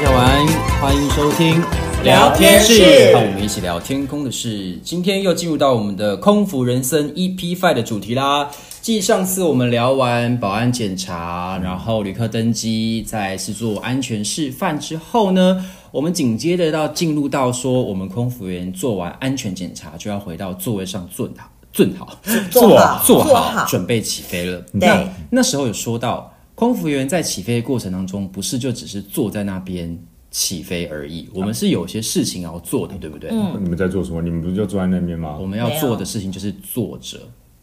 家晚安，欢迎收听聊天室让我们一起聊天空的事。今天又进入到我们的空服人生 EP Five 的主题啦。继上次我们聊完保安检查，然后旅客登机，再是做安全示范之后呢，我们紧接着到进入到说，我们空服员做完安全检查，就要回到座位上坐好，坐好，坐好坐坐好，好准备起飞了。对那那时候有说到，空服员在起飞的过程当中，不是就只是坐在那边起飞而已，我们是有些事情要做的，对不对？嗯，你们在做什么？你们不是就坐在那边吗我？们要没有做的事情就是坐着。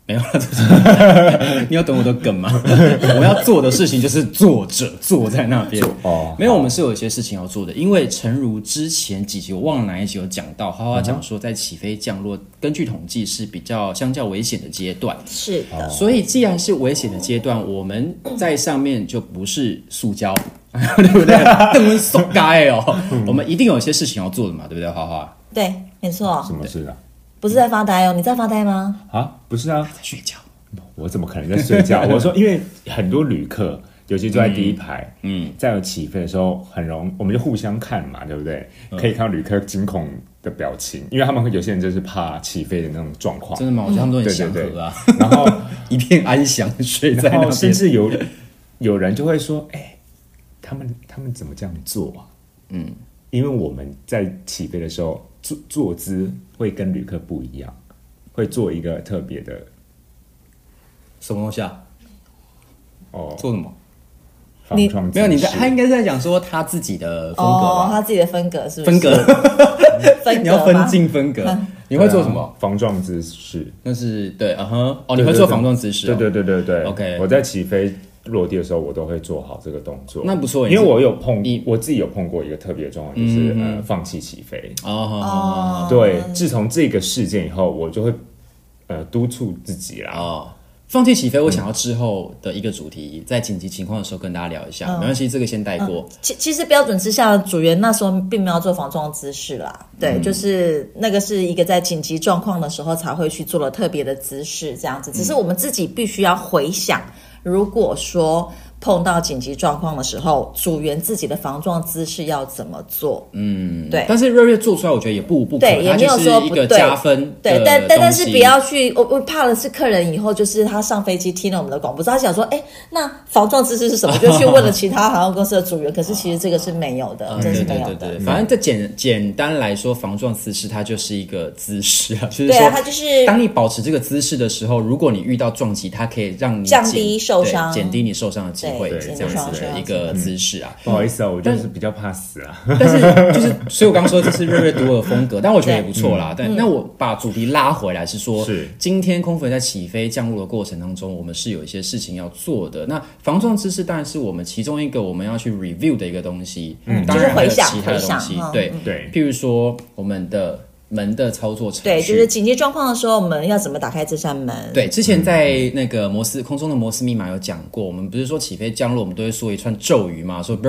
没有啦，就是 你要懂我的梗吗？我要做的事情就是坐着，坐在那边。哦，没有，我们是有一些事情要做的，因为诚如之前几集我忘了哪一集有讲到，花花讲说在起飞降落，根据统计是比较相较危险的阶段，是哦的，所以既然是危险的阶段，我们在上面就不是塑胶， 对不 对？邓文松该哦，嗯我们一定有一些事情要做的嘛，对不对？花花对，没错什，么事啊？不是在发呆哦，你在发呆吗？啊，不是啊，在睡觉，我怎么可能在睡 觉？我说，因为很多旅客，尤其坐在第一排，嗯，在有起飞的时候，很容我们就互相看嘛，对不对？嗯可以看到旅客惊恐的表情，因为他们会有些人就是怕起飞的那种状况真，的吗？我觉得他们都很对祥对对和啊，然后 一片安详地睡在然那后甚边。至有有人就会说，哎、他们他们怎么这样做啊？嗯，因为我们在起飞的时候坐坐姿会跟旅客不一样，会做一个特别的什么东西啊？哦做什么？防你撞姿没有，你在势他应该是在讲说他自己的风格哦，吧？他自己的风格是不风是？ 格， 分你要分进风格。你会做什？对么啊？防撞姿势。那是对，嗯哼，哦，你会做防撞姿势哦。对对对对对。 OK 我在起飞落地的时候，我都会做好这个动作。那不错因为你是我有碰你，嗯我自己有碰过一个特别的状况，就是呃放弃起飞。哦，好好好哦，对，自从这个事件以后，我就会呃督促自己啦。哦，放弃起飞，我想要之后的一个主题，在紧急情况的时候跟大家聊一嗯下。没关系，这个先带过。其其实标准之下，组员那时候并没有做防撞姿势啦，对，嗯就是那个是一个在紧急状况的时候才会去做了特别的姿势，这样嗯子。只是我们自己必须要回想，如果说碰到紧急状况的时候，组员自己的防撞姿势要怎么做？嗯，对。但是瑞瑞做出来，我觉得也不无不可，对，也它没就有是说一不个对，加分的对，但但但是东西不要去，我我怕的是客人以后就是他上飞机听了我们的广播，他想说，哎，那防撞姿势是什么？就去问了其他航空公司的组员，可是其实这个是没有的，嗯真对是对没有对对，的。反正这简简单来说，防撞姿势它就是一个姿势 啊，就是对说啊，他就是当你保持这个姿势的时候，如果你遇到撞击，它可以让你降减低受对伤减低你受伤的机会，对这减低样受子伤的嗯的一个姿势啊。不好意思啊，我就是比较怕死啊。 但是就是，所以我刚刚说这是瑞瑞独有的风格，但我觉得也不错啦。但那我把主题拉回来是说，是今天空服人在起飞降落的过程当中，我们是有一些事情要做的。那防撞姿势当然是我们其中一个我们要去 review 的一个东西，嗯，当然还有就是回想其他的东西回想，嗯对对譬如说我们的门的操作程序，对，就是紧急状况的时候，我们要怎么打开这扇门？对，之前在嗯那个摩斯空中的摩斯密码有讲过，我们不是说起飞降落，我们都会说一串咒语嘛，说嗯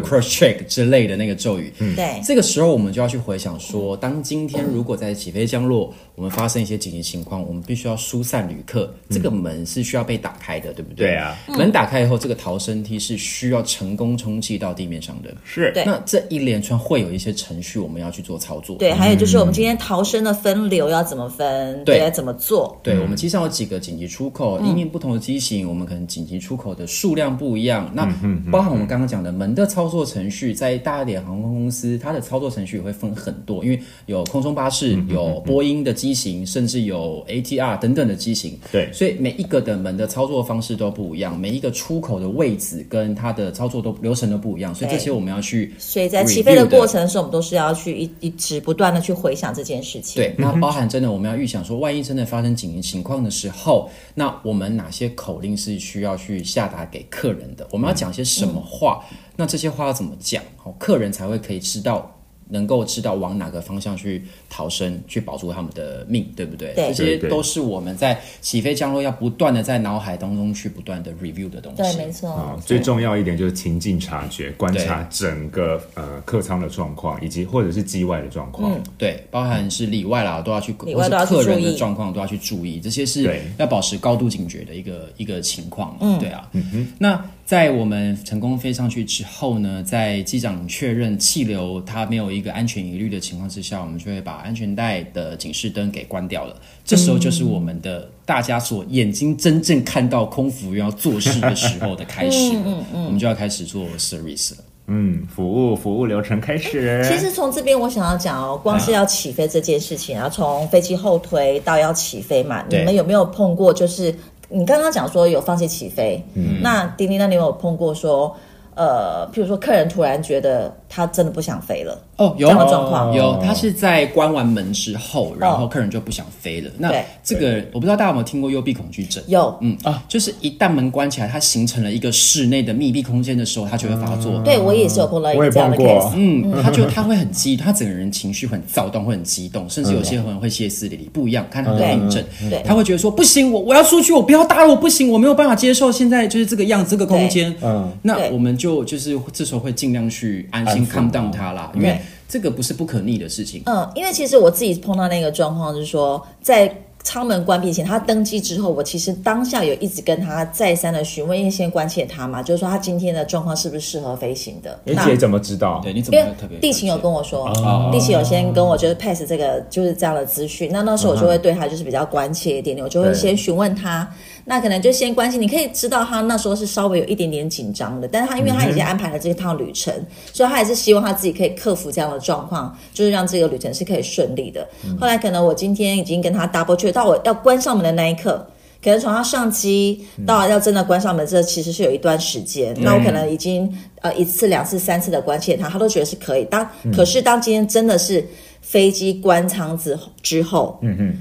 cross check 之类的那个咒语。对这个时候我们就要去回想说，当今天如果在起飞降落，我们发生一些紧急情况，我们必须要疏散旅客，这个门是需要被打开的，对不对？对啊，门打开以后，这个逃生梯是需要成功充气到地面上的。是对那这一连串会有一些程序，我们要去做操作。对，还有就是我们今天逃生的分流要怎么分？对对，怎么做？对，我们机上有几个紧急出口，嗯因应不同的机型，我们可能紧急出口的数量不一样。嗯那包含我们刚刚讲的门的操作程序，在大一点航空公司，它的操作程序也会分很多，因为有空中巴嗯士、有波音的机型，甚至有 ATR 等等的机型。对所以每一个的门的操作方式都不一样，每一个出口的位置跟它的操作都流程都不一样，所以这对些我们要去 review 的。所以在起飞的过程的时候，我们都是要去一一直不断的去回想这件事情。对，那包含真的我们要预想说，万一真的发生紧急情况的时候，那我们哪些口令是需要去下达给客人的？我们要讲些什么话？那这些话要怎么讲？哦，客人才会可以知道。能够知道往哪个方向去逃生，去保住他们的命，对不对？对这些对对都是我们在起飞降落要不断的在脑海当中去不断的 review 的东西。对，没错。啊，最重要一点就是情境察觉，观察整个呃客舱的状况，以及或者是机外的状况。对，包含是里外啦，都要去，嗯里或外是都要去客人注的意状况都要去注意，这些是对嗯要保持高度警觉的一个一个情况嘛。对啊，那在我们成功飞上去之后呢，在机长确认气流它没有一个安全疑虑的情况之下，我们就会把安全带的警示灯给关掉了。这时候就是我们的大家所眼睛真正看到空服员要做事的时候的开始嗯了，我们就要开始做 service 了。嗯，服务服务流程开始。其实从这边我想要讲哦，光是要起飞这件事情，然后从飞机后推到要起飞嘛，你对们有没有碰过？就是你刚刚讲说有放弃起飞，嗯那丁丁，那你有没有碰过说，呃，譬如说客人突然觉得他真的不想飞了，哦，有这样的状况哦有，他是在关完门之后，然后客人就不想飞了。那对这个我不知道大家有没有听过幽闭恐惧症？有，嗯啊，就是一旦门关起来，它形成了一个室内的密闭空间的时候，它就会发作。对我也是有碰到一我个也这样碰的过 case，嗯，他就他会很激，他整个人情绪很躁动，会很激动，甚至有些人会歇斯底里，不一样，看他的病症嗯对，他会觉得说不行，我我要出去，我不要打扰，我不行，我没有办法接受现在就是这个样子，这个空间。嗯，那对我们就就是这时候会尽量去安心安 calm 抚 down 他啦，因为对这个不是不可逆的事情。嗯，因为其实我自己碰到那个状况就是说，在舱门关闭前，他登机之后，我其实当下有一直跟他再三的询问，因为先关切他嘛，就是说他今天的状况是不是适合飞行的。你那哎姐怎么知道？对，你怎哦因么为会特别地勤有跟我说哦，地勤有先跟我就是 pass 这个就是这样的资讯，那那时候我就会对他就是比较关切一点点，我就会对先询问他，那可能就先关心，你可以知道他那时候是稍微有一点点紧张的，但是他因为他已经安排了这一趟旅程，所以他也是希望他自己可以克服这样的状况，就是让这个旅程是可以顺利的。后来可能我今天已经跟他 double check 到我要关上门的那一刻。可能从他上机到要真的关上门，这其实是有一段时间。那我可能已经呃一次、两次、三次的关切他，他都觉得是可以。当可是当今天真的是飞机关舱之后之后，嗯哼，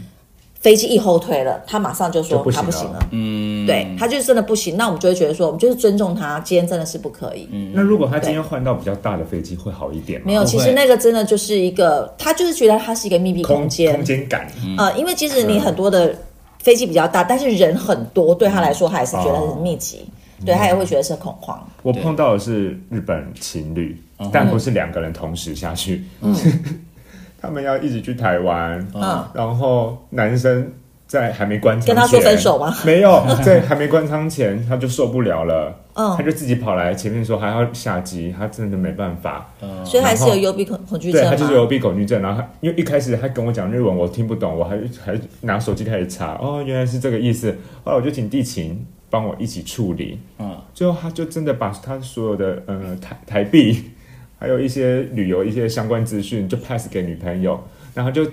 飞机一后退了，他马上就说就不行他了不行了，嗯，对，他就是真的不行。那我们就会觉得说，我们就是尊重他，今天真的是不可以。那如果他今天换到比较大的飞机，嗯会好一点吗？没有，不会其实那个真的就是一个，他就是觉得它是一个密闭空空间，空间感，呃，因为即使你很多的飞机比较大，但是人很多，对他来说他也是觉得很密集，哦对他也会觉得是恐慌。我碰到的是日本情侣，但不是两个人同时下去， 他们要一起去台湾，嗯然后男生在还没关舱前跟他说分手吗？没有，在还没关舱前他就受不了了，嗯他就自己跑来前面说还要下机，他真的没办法，所以还是然有后幽闭恐恐惧嗯对症啊他就是有嘛。闭恐惧症，然后他因为一开始他跟我讲日文，我听不懂，我还还拿手机开始查，哦，原来是这个意思。后来我就请地勤帮我一起处理，嗯嗯，最后他就真的把他所有的呃台台币，还有一些旅游一些相关资讯就 pass 给女朋友，然后就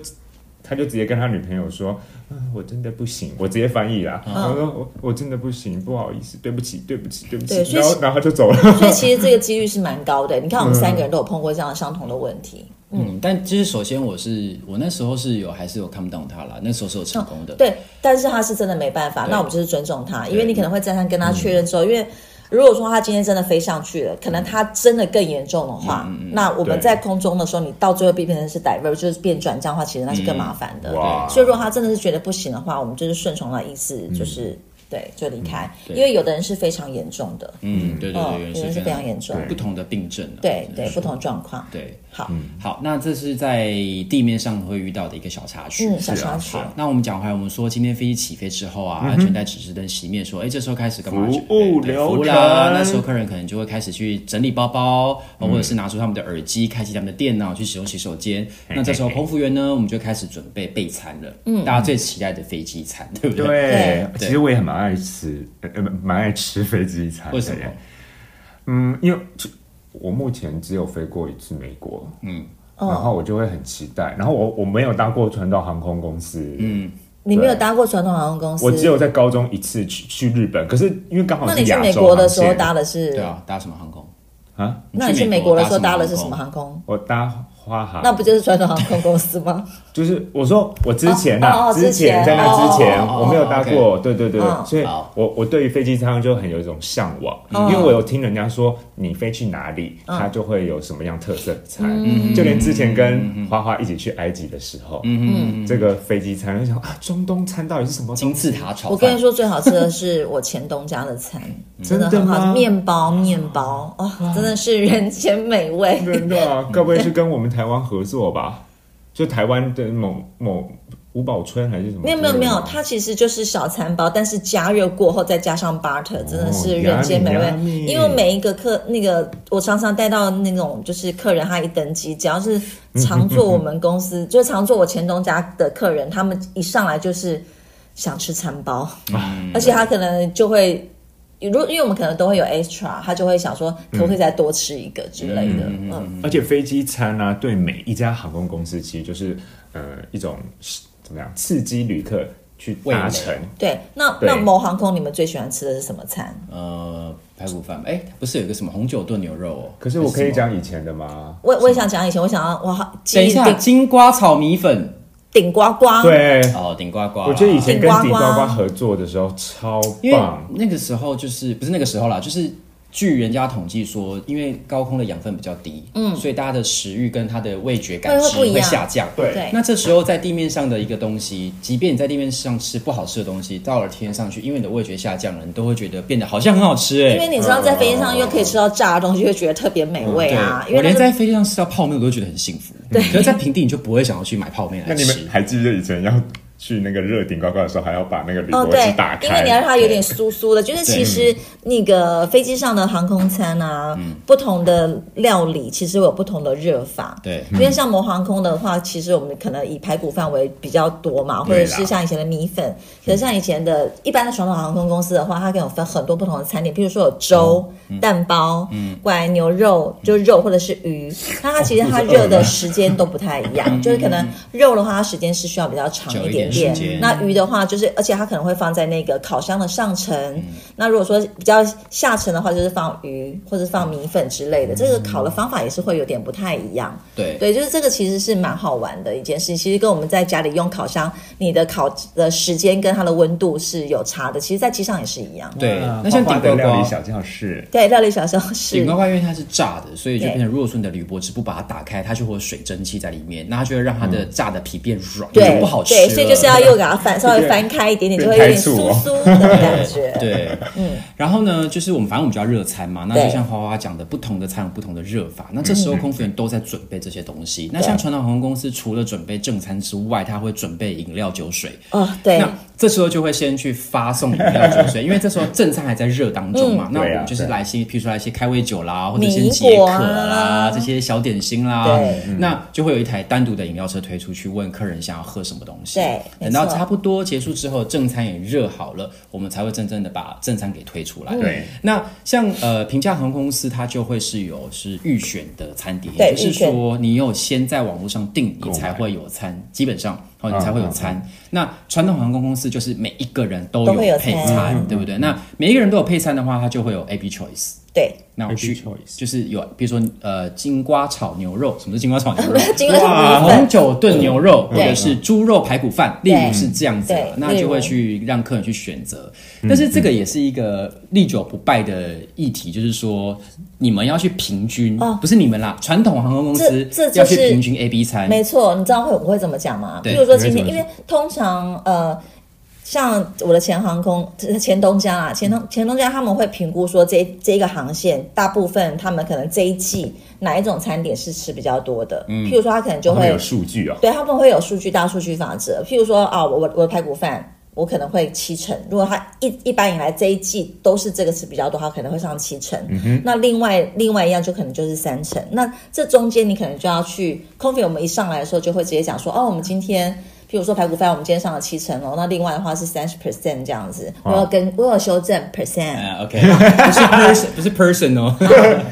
他就直接跟他女朋友说，嗯、我真的不行，我直接翻译嗯啦，然后说我我真的不行，不好意思，对不起，对不起，对不对起，所以然后是然后他就走了。所以其实这个几率是蛮高的。你看我们三个人都有碰过这样的相同的问题。嗯，但其实首先我是我那时候是有还是有 calm down 他啦，那时候是有成功的。哦对，但是他是真的没办法，对那我们就是尊重他，因为你可能会再三跟他确认之后，因为如果说他今天真的飞上去了，可能他真的更严重的话，那我们对在空中的时候，你到最后变成是 diver，就是变转降的话，其实那是更麻烦的。哇所以如果他真的是觉得不行的话，我们就是顺从他的意思，就是。对，就离开，对因为有的人是非常严重的，嗯，对对嗯对，有人是非常严重不同的病症、啊。对对，就是不同状况。对。嗯好，好，那这是在地面上会遇到的一个小插曲。嗯小插曲是啊好那我们讲回来，我们说今天飞机起飞之后嗯啊，安全带指示灯熄灭，说，哎，这时候开始干嘛去？服务对流服务啦。程那时候客人可能就会开始去整理包包，呃或者是拿出他们的耳机，开启他们的电脑，去使用洗手间。那这时候空服员呢，我们就开始准备备餐了。嗯，大家最期待的飞机餐，对不对？对，啊对其实我也很蛮爱吃，呃，呃蛮爱吃飞机餐的。为什么？嗯，因为就我目前只有飞过一次美国，嗯，哦然后我就会很期待。然后我我没有搭过传统航空公司，嗯，你没有搭过传统航空公司，我只有在高中一次去去日本，可是因为刚好那是你去亚洲美国的时候航线搭的是，对啊，搭什么航空？啊，那你去美国的时候搭的是什航么空航空？我搭花航，那不就是传统航空公司吗？就是我说我之前呐、哦哦哦之之前前在那之前哦哦哦我没有搭过，对对对，嗯所以好我我对于飞机舱就很有一种向往，因为我有听人家说你飞去哪里，嗯它就会有什么样特色的餐，就连之前跟花花一起去埃及的时候，嗯这个飞机餐就想啊，中东餐到底是什么金东西？字塔炒饭。我跟你说，最好吃的是我前东家的餐， 真的很真的好，吗面包面包哦，真的是人间美味。真的啊，该不会是跟我们台湾合作吧？就台湾的某某五宝春还是什么之没类有的吗？没有没有，它其实就是小餐包，但是加热过后再加上 butter，真的是人间美味。 yummy，yummy 因为每一个客那个，我常常带到那种就是客人，他一登机，只要是常做我们公司，就是常做我前东家的客人，他们一上来就是想吃餐包，而且他可能就会。如因为我们可能都会有 extra，他就会想说可不可以再多吃一个之类的，嗯，而且飞机餐呢、对每一家航空公司其实就是呃一种怎么样刺激旅客去达成味蕾对。那对那某航空你们最喜欢吃的是什么餐？呃，排骨饭，哎，不是有个什么红酒炖牛肉哦？可是我可以还什么，讲以前的吗？我我也想讲以前，我想要我好等一记忆下，顶金瓜炒米粉顶呱呱，，对，哦，顶呱呱。我觉得以前顶跟呱呱顶呱呱合作的时候超因为棒，那个时候就是不是那个时候啦，就是据人家统计说，因为高空的养分比较低，嗯，所以大家的食欲跟他的味觉感会知会不一会样下降。对对那这时候在地面上的一个东西，即便你在地面上吃不好吃的东西，到了天上去，因为你的味觉下降了，你都会觉得变得好像很好吃哎、因为你知道在飞机上又可以吃到炸的东西，会觉得特别美味啊。因嗯我为那连个在飞机上吃到泡面我都觉得很幸福，对。可是，在平地你就不会想要去买泡面那来你吃们。还记得以前要去那个热顶呱呱的时候，还要把那个铝箔哦纸对打，因为开？你要让它有点酥酥的，就是其实那个飞机上的航空餐啊，嗯不同的料理其实有不同的热法。对，嗯因为像某航空的话，其实我们可能以排骨饭为比较多嘛，或对者啦嗯是像以前的米粉。可是像以前的一般的传统航空公司的话，它可以有分很多不同的餐点，譬如说有粥、嗯蛋包、拐牛肉，就肉或者是鱼。那它其 实它热的时间都不太一嗯样，就是可能肉的话，它时间是需要比较长久一啊点点点时。间那鱼的话，就是而且它可能会放在那个烤箱的上层。嗯那如果说比较下层的话，就是放鱼或者放米粉之类的。这个烤的方法也是会有点不太一样。嗯对，对，就是这个其实是蛮好玩的一件事情。其实跟我们在家里用烤箱，你的烤的时间跟它的温度是有差的。其实，在机上也是一样。对哇那像呱呱顶呱呱啊的料理小教室，对，料理小时候顶是呱。呱因为它是炸的，所以就对变成如果说你的铝箔纸不把它打开，它就会有水蒸气在里面，那它就会让它的炸的皮变软，就对，不好吃对，所以就是了要又给它翻，稍微翻开一点点，就会有点酥酥的感觉。对，嗯，然后呢，就是我们反正我们就要热餐嘛，那对嗯就像花花讲的，不同的餐有不同的热法，那这时候空服员都在准备这些东西。那像传统航空公司除了准备正餐之外，他会准备饮料、酒水。哦，对那，这时候就会先去发送饮料酒 水，因为这时候正餐还在热当中嗯嘛。那我对啊们就是对啊来一些，譬如说来一些开胃酒啦，或者一些米解果渴啊啦，这些小点心啦对，嗯那就会有一台单独的饮料车推出去，问客人想要喝什么东西。对没等到错差不多结束之后，正餐也热好了，我们才会真正的把正餐给推出来。嗯对，那像呃平价航空公司，它就会是有是预选的餐点，对也就是预选说你有先在网络上订，你才会有餐，基本上哦你才会有餐。那传统航空公司就是每一个人都都会有配餐餐，对不对？那每一个人都有配餐的话，它就会有 A B choice。对，那我 AB 去 choice 就是有，比如说呃金瓜炒牛肉，什么是金瓜炒牛肉？ 金瓜啊，炒米红粉，酒炖牛肉，或对者是猪肉排骨饭，例对如是这样子啦对，那就会去让客人去选择。但是这个也是一个历久不败的议题，就是说你们要去平均哦，不是你们啦，传统航空公司这这就是要去平均 A B 餐，没错。你知道会我会怎么讲吗？对譬如说今天，你因会怎么为通常呃。像我的前航空前东家啊，前嗯东前东家他们会评估说这这一个航线，大部分他们可能这一季哪一种餐点是吃比较多的，譬如说他可能就嗯他们会有数据哦。对，他们会有数据大数据法则。譬如说，啊、我我我的排骨饭，我可能会七成。如果他一一般以来这一季都是这个吃比较多，他可能会上七成。那另外另外一样就可能就是三成。那这中间你可能就要去空腹，我们一上来的时候就会直接讲说，哦，我们今天。譬如说排骨饭，我们今天上了七成哦，那另外的话是三十 percent 这样子，我有跟我有修正 percent，、啊，OK，不是 person，不是 person 哦，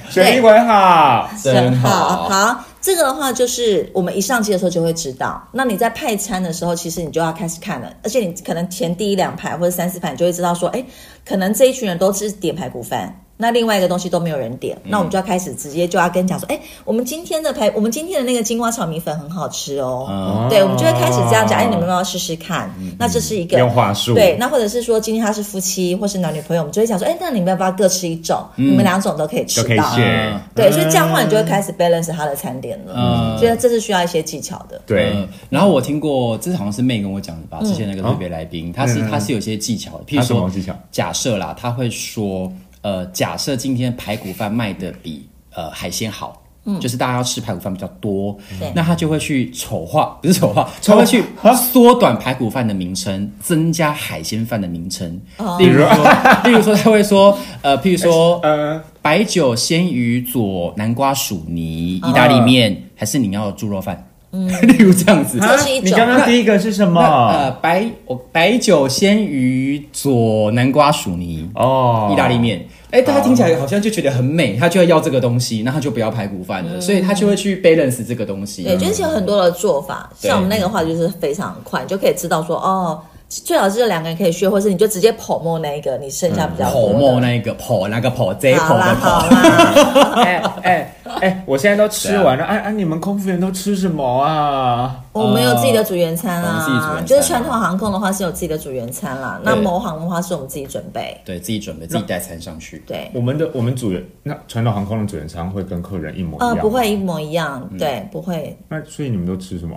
学英文好，真好好，好，这个的话就是我们一上机的时候就会知道。那你在派餐的时候，其实你就要开始看了，而且你可能前第一两排或者三四排，你就会知道说，哎，可能这一群人都是点排骨饭。那另外一个东西都没有人点，嗯那我们就要开始直接就要跟你讲说，哎、我们今天的排，我们今天的那个金瓜炒米粉很好吃哦。啊嗯对，我们就会开始这样讲，哎、你们要不要试试看？那这是一个嗯用话术对，那或者是说今天他是夫妻或是男女朋友，我们就会讲说，哎、那你们要不要各吃一种？你们两种都可以吃嗯都可以到。 share。对，所以这样的话，你就会开始 balance 他的餐点了。嗯嗯，所以这是需要一些技巧的。对，呃然后我听过，这好像是妹跟我讲的吧，之前那个特别来宾，他是嗯嗯嗯他是有一些技巧的，譬如他什说么技巧假设啦，他会说，呃，假设今天排骨饭卖的比呃海鲜好，就是大家要吃排骨饭比较多对，那他就会去丑化， 不是丑化，他会去啊缩短排骨饭的名称，增加海鲜饭的名称。例如 说，例如说他会说，呃，譬如说呃，白酒鲜鱼佐南瓜薯泥嗯意大利面，还是你要的猪肉饭？ 例如这样子，这是一你种刚刚第一个是什那呃啊么？白我白酒鲜鱼佐南瓜薯泥哦，意大利面，哎、大家听起来好像就觉得很美，他就要要这个东西，那他就不要排骨饭了，所以他就会去 balance 这个东西。嗯嗯对，就是有很多的做法，对像我们那个话就是非常快，你就可以知道说哦，最好是两个人可以学，或是你就直接剖沫那一个，你剩下比较嗯泡多沫的。那一个泡那个泡贼泡好啦的好泡， 啦，哎哎哎，我现在都吃完啊了，哎哎，你们空服员都吃什么啊？我们有自己的组员餐哦我们自己组员啊餐，就是传统航空的话是有自己的组员餐啦，那对某航的话是我们自己准备。对自己准备自己带餐上去。对，我们的我们组员，那传统航空的组员常会跟客人一模一呃样，，不会一。模一样，嗯对，不会，那所以你们都吃什么？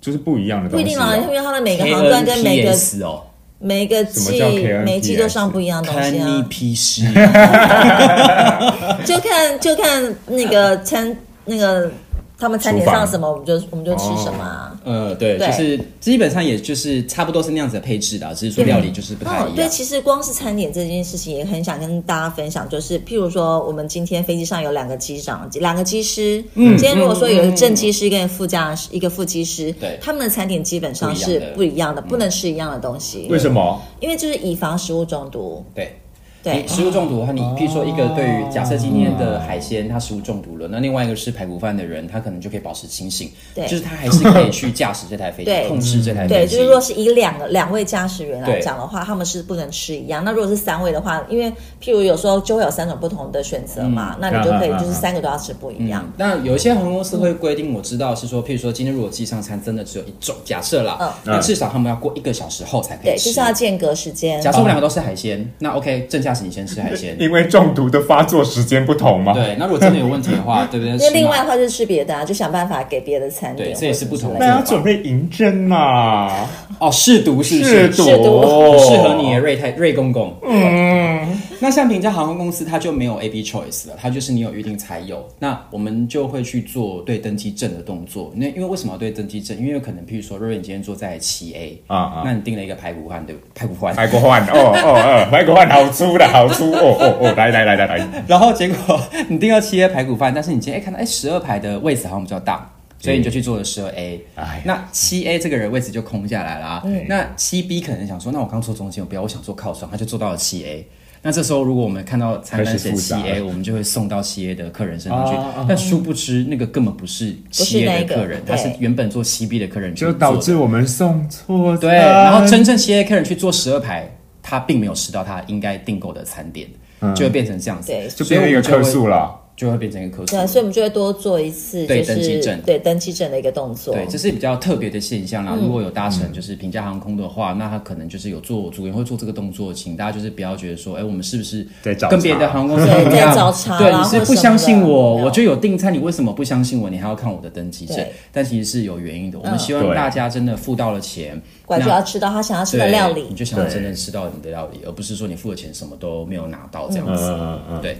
就是不一样的不东一西。定啊啦，因为它的每个啊 K 航段 N 跟每 P 个 S 哦，每一个什么季叫 KNPS 每一季都上不一样的东看西你啊，屁事！ 就看就看那个餐那个他们餐点上什么，我们就我们就吃什么啊。呃，对，对就是基本上也就是差不多是那样子的配置的，只是说料理就是不太哦一，对，样。其实光是餐点这件事情也很想跟大家分享，就是譬如说，我们今天飞机上有两个机长、两个机师，嗯，今天如果说有一个正机师跟副驾驶、一个副机师，对他们的餐点基本上是不不一样的，不能吃一样的东西，为什么？因为就是以防食物中毒，对。对你食物中毒的话，你譬如说一个对于假设今天的海鲜他食物中毒了，那另外一个吃排骨饭的人，他可能就可以保持清醒，对嗯就是他还是可以去驾驶这台飞机对，控制这台飞对，就机。是若是以两个两位驾驶员来对讲的话，他们是不能吃一样。那如果是三位的话，因为譬如有时候就会有三种不同的选择嘛，嗯那你就可以啊啊啊就是三个都要吃不一样。那有一些航空公司会规定，我知道是说，譬如说今天如果机上餐真的只有一种，假设嗯啦，那至少他们要过一个小时后才可对，以就吃是。要间隔时间。假设我们两个都是海鲜，那 OK，正驾驶你先吃海鲜。 因为中毒的发作时间不同吗？对，那如果真的有问题的话，对不对？ 那另起码外的话就是吃别的啊，就想办法给别的餐点。对这也是不同的那要准备银针啊呐，哦，试毒是不是是？哦毒，是毒适合你的瑞泰瑞公公。嗯，那像平价航空公司，它就没有 A B choice 了，它就是你有预定才有。那我们就会去做对登机证的动作。那因为为什么要对登机证？因为可能譬如说，瑞瑞你今天坐在七 A 啊啊那你订了一个排骨饭，对不对？排骨饭，排骨饭哦哦哦，排骨饭好粗的，好粗哦哦哦，来来来来来，然后结果 你订到七 A 排骨饭，但是你今天哎看到哎十二排的位置好像比较大，所以你就去做了十二 A。哎那七 A 这个人位置就空下来啦。那七 B 可能想说，那我刚坐中间，我不要，我想坐靠窗，他就坐到了七 A。那这时候，如果我们看到餐单写开始复七杂 A，了我们就会送到七 A 的客人身上去啊啊啊。但殊不知，那个根本不是七 A 不是那的个客人，他是对原本做七 B 的客人去就做的导致嗯我们送错餐对，然后真正 CA 客人去做十二排，他并没有吃到他应该订购的餐点，就会变成这样子，对嗯就所以变我们成一个就会客诉了。就会变成一个客对啊，诉。所以我们就会多做一次，对就是登记证对登记证的一个动作。对，这是比较特别的现象嗯啦。如果有搭嗯乘就是平价航空的话，那他可能就是有做组员会做这个动作，请大家就是不要觉得说，哎，我们是不是在找跟别茬的航空公司对不一样在找茬对，啦你或是什不么相信的我，对啊我就有订餐，你为什么不相信我？你还要看我的登记证对？但其实是有原因的。我嗯们希望对大家真的付到了钱，管就那要吃到他想要吃的对料你理。就想要真正吃到你的料理，而不是说你付了钱什么都没有拿到这样子。嗯嗯对，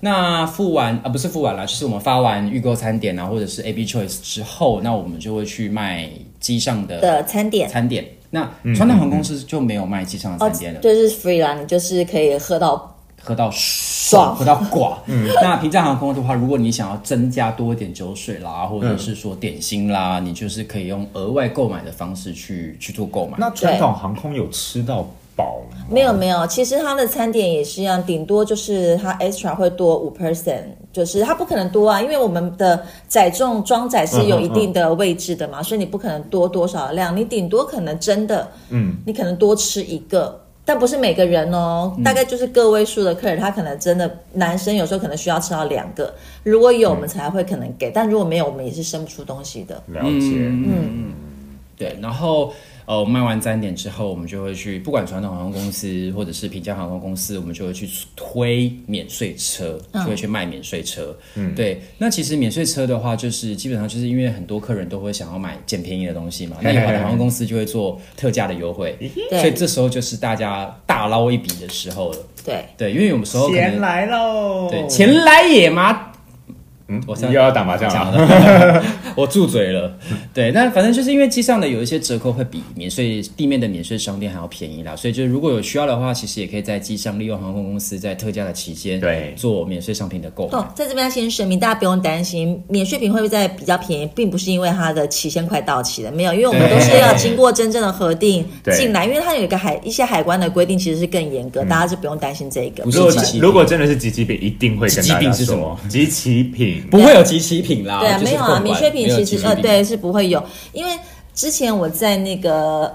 那付完啊、不是付完了，就是我们发完预购餐点啊，或者是 A B Choice 之后，那我们就会去卖机上的的餐点餐点。那传统航空公司就没有卖机上的哦餐点了，，就是 free 啦，你就是可以喝到喝到爽，喝到寡。那平价航空的话，如果你想要增加多一点酒水啦，或者是说点心啦，你就是可以用额外购买的方式去去做购买。那传统航空有吃到饱吗？没有没有，其实它的餐点也是一样，顶多就是它 extra 会多五 percent，就是它不可能多啊，因为我们的载重装载是有一定的位置的嘛，所以你不可能多多少的量，你顶多可能真的，嗯，你可能多吃一个。但不是每个人哦，大概就是个位数的客人，他可能真的男生有时候可能需要吃到两个，如果有我们才会可能给，但如果没有，我们也是生不出东西的。了解，嗯对，然后呃，卖完餐点之后，我们就会去，不管传统航空公司或者是平价航空公司，我们就会去推免税车，就会去卖免税车。嗯，对。那其实免税车的话，就是基本上就是因为很多客人都会想要买捡便宜的东西嘛，那有的航空公司就会做特价的优惠，所以对这时候就是大家大捞一笔的时候了。对，对，因为有时候可能来喽对，钱来也嘛，嗯，我又要打麻将讲了，了， 我住嘴了。对，那反正就是因为机上的有一些折扣会比免税地面的免税商店还要便宜啦，所以就如果有需要的话，其实也可以在机上利用航空公司在特价的期间对做免税商品的购买哦。，在这边要先声明，大家不用担心，免税品会不会在比较便宜，并不是因为它的期限快到期了，没有，因为我们对都是要经过真正的核定对嗯进来，因为它有一个海一些海关的规定，其实是更严格，大家就不用担心这一个嗯不。是如果集齐品如果真的是集齐品，一定会跟大集齐家品是什说么，集齐品不会有集齐品啦，对啊，就是没有购啊，买免税品没有其集实齐呃，品对，是不会有，因为之前我在那个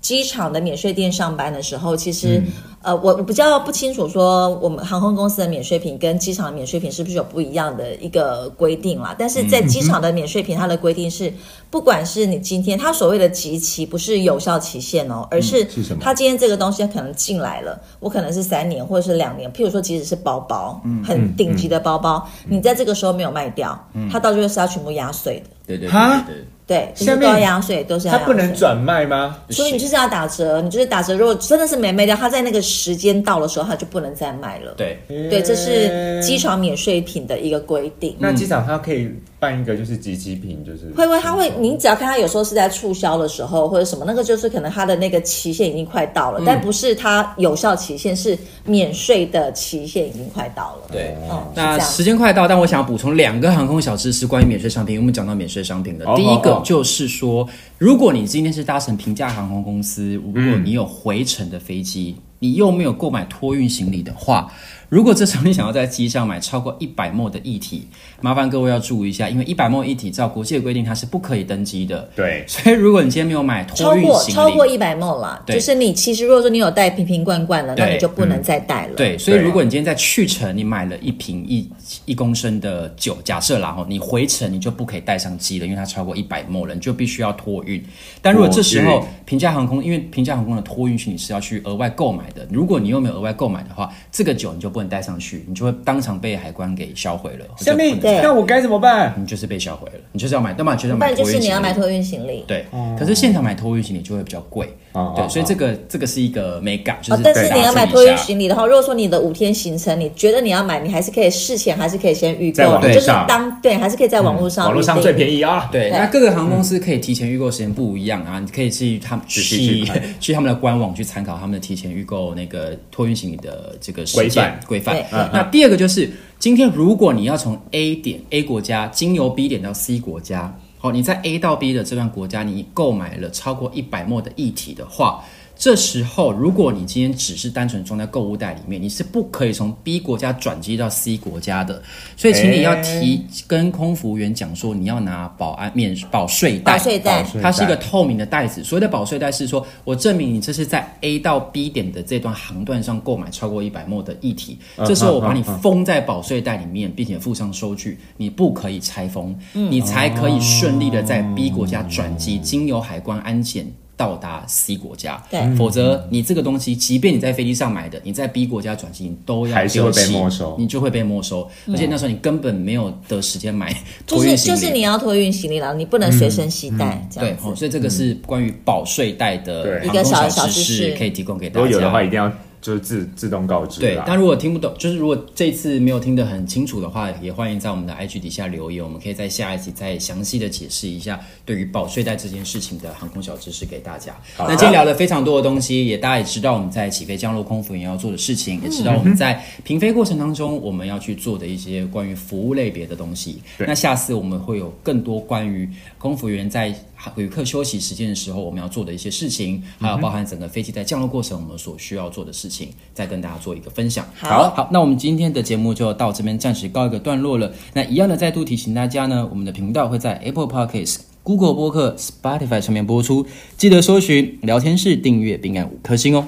机场的免税店上班的时候，其实、嗯呃，我我比较不清楚说我们航空公司的免税品跟机场的免税品是不是有不一样的一个规定啦。但是嗯在机场的免税品，它的规定是，不管是你今天它所谓的集齐，不是有效期限哦，嗯而是是什么它今天这个东西它可能进来了，我可能是三年或者是两年，譬如说即使是包包，嗯很顶级的包包，嗯你在这个时候没有卖掉，它到最后是要全部压碎的。对对对哈对对对，就下是面都要压碎，都是要它压不能碎转卖吗？所以你就是要打折，你就是打折。如果真的是没卖掉，它在那个时间到的时候，它就不能再卖了。，对对，这是机场免税品的一个规定。那机场它可以办一个就是集齐品，就是会会，它会，你只要看它有时候是在促销的时候或者什么，那个就是可能它的那个期限已经快到嗯了，但不是它有效期限，是免税的期限已经快到了。，对。嗯，是这那样。时间快到，但我想要补充两个航空小知识关于免税商品。因为我们讲到免税商品了，哦第一哦个哦就是说，如果你今天是搭乘平价航空公司，如果你有回程的飞机，你又没有购买托运行李的话，如果这时候你想要在机上买超过一百墨的液体，麻烦各位要注意一下，因为一百墨液体照国际的规定它是不可以登机的。对所以如果你今天没有买超托运过行李，超过一百梦啦，对就是你其实如果说你有带瓶瓶罐罐了，那对你就不能再带了。对，所以对啊如果你今天在去程你买了一瓶一一公升的酒，假设啦哈，你回程你就不可以带上机了，因为它超过一百 ml 了，你就必须要托运。但如果这时托候平价航空，因为平价航空的托运行李是要去额外购买的，如果你又没有额外购买的话，这个酒你就不能带上去，你就会当场被海关给销毁了。下就面不能对那我该怎么办？你就是被销毁了，你就是要买，要么你就是要不买然就托运是行李，你要买托运行李。对，可是现场买托运行李就会比较贵，哦对，哦所以这个这个是一个美感，就哦是，但是大家你要买注意托一运下行李的话，如果说你的五天行程，你觉得你要买，你还是可以事前还是可以先预在购网的，络就是上嗯当对，还是可以在网络上、网络上最便宜啊，对，对那各个航空公司可以提前预购时间不一样啊，你可以去他们嗯仔细去去看 去他们的官网去参考他们的提前预购那个托运行李的这个时规间范规范对。嗯那第二个就是，今天如果你要从 A 点 A 国家经由 B 点到 C 国家，好，你在 A 到 B 的这段国家，你购买了超过一百墨的液体的话。这时候，如果你今天只是单纯装在购物袋里面，你是不可以从 B 国家转机到 C 国家的。所以，请你要提跟空服务员讲说，你要拿保安免保税袋，保税袋保税袋它是一个透明的袋子。所谓的保税袋是说，我证明你这是在 A 到 B 点的这段航段上购买超过一百墨的液体，啊这时候我把你封在保税袋里面，并且附上收据，你不可以拆封，嗯你才可以顺利的在 B 国家转机，经由海关安检。到达 C 国家，对否则你这个东西，即便你在飞机上买的，你在 B 国家转机，你都要还是会被丢弃没收你就会被没收，而且那时候你根本没有的时间买嗯就托运是行就李。是你要托运行李了，你不能随身携带、这对样，子。嗯哦，所以这个是关于保税袋的对航空一个小小小知识可以提供给大如家。果有的话，一定要就是自自动告知对啦，。但如果听不懂，就是如果这次没有听得很清楚的话，也欢迎在我们的 IG 底下留言，我们可以在下一集再详细的解释一下对于保税袋这件事情的航空小知识给大家。那今天聊了非常多的东西，也大家也知道我们在起飞、降落、空服员要做的事情，也知道我们在平飞过程当中我们要去做的一些关于服务类别的东西。那下次我们会有更多关于空服员在旅客休息时间的时候我们要做的一些事情，还有包含整个飞机在降落过程我们所需要做的事情，再跟大家做一个分享。好好，那我们今天的节目就到这边暂时告一个段落了。那一样的，再度提醒大家呢，我们的频道会在 Apple Podcast。Google 播客、Spotify 上面播出，记得搜寻“聊天室”，订阅并按五颗星哦。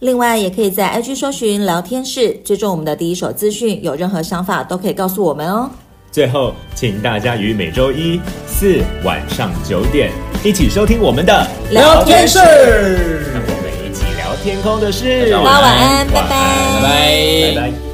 另外，也可以在 IG 搜寻聊天室，追踪我们的第一手资讯，有任何想法都可以告诉我们哦。最后，请大家于每周一、四晚上九点一起收听我们的聊天室聊天室让我们一起聊天空的事。大家大家晚安，拜拜拜拜拜拜。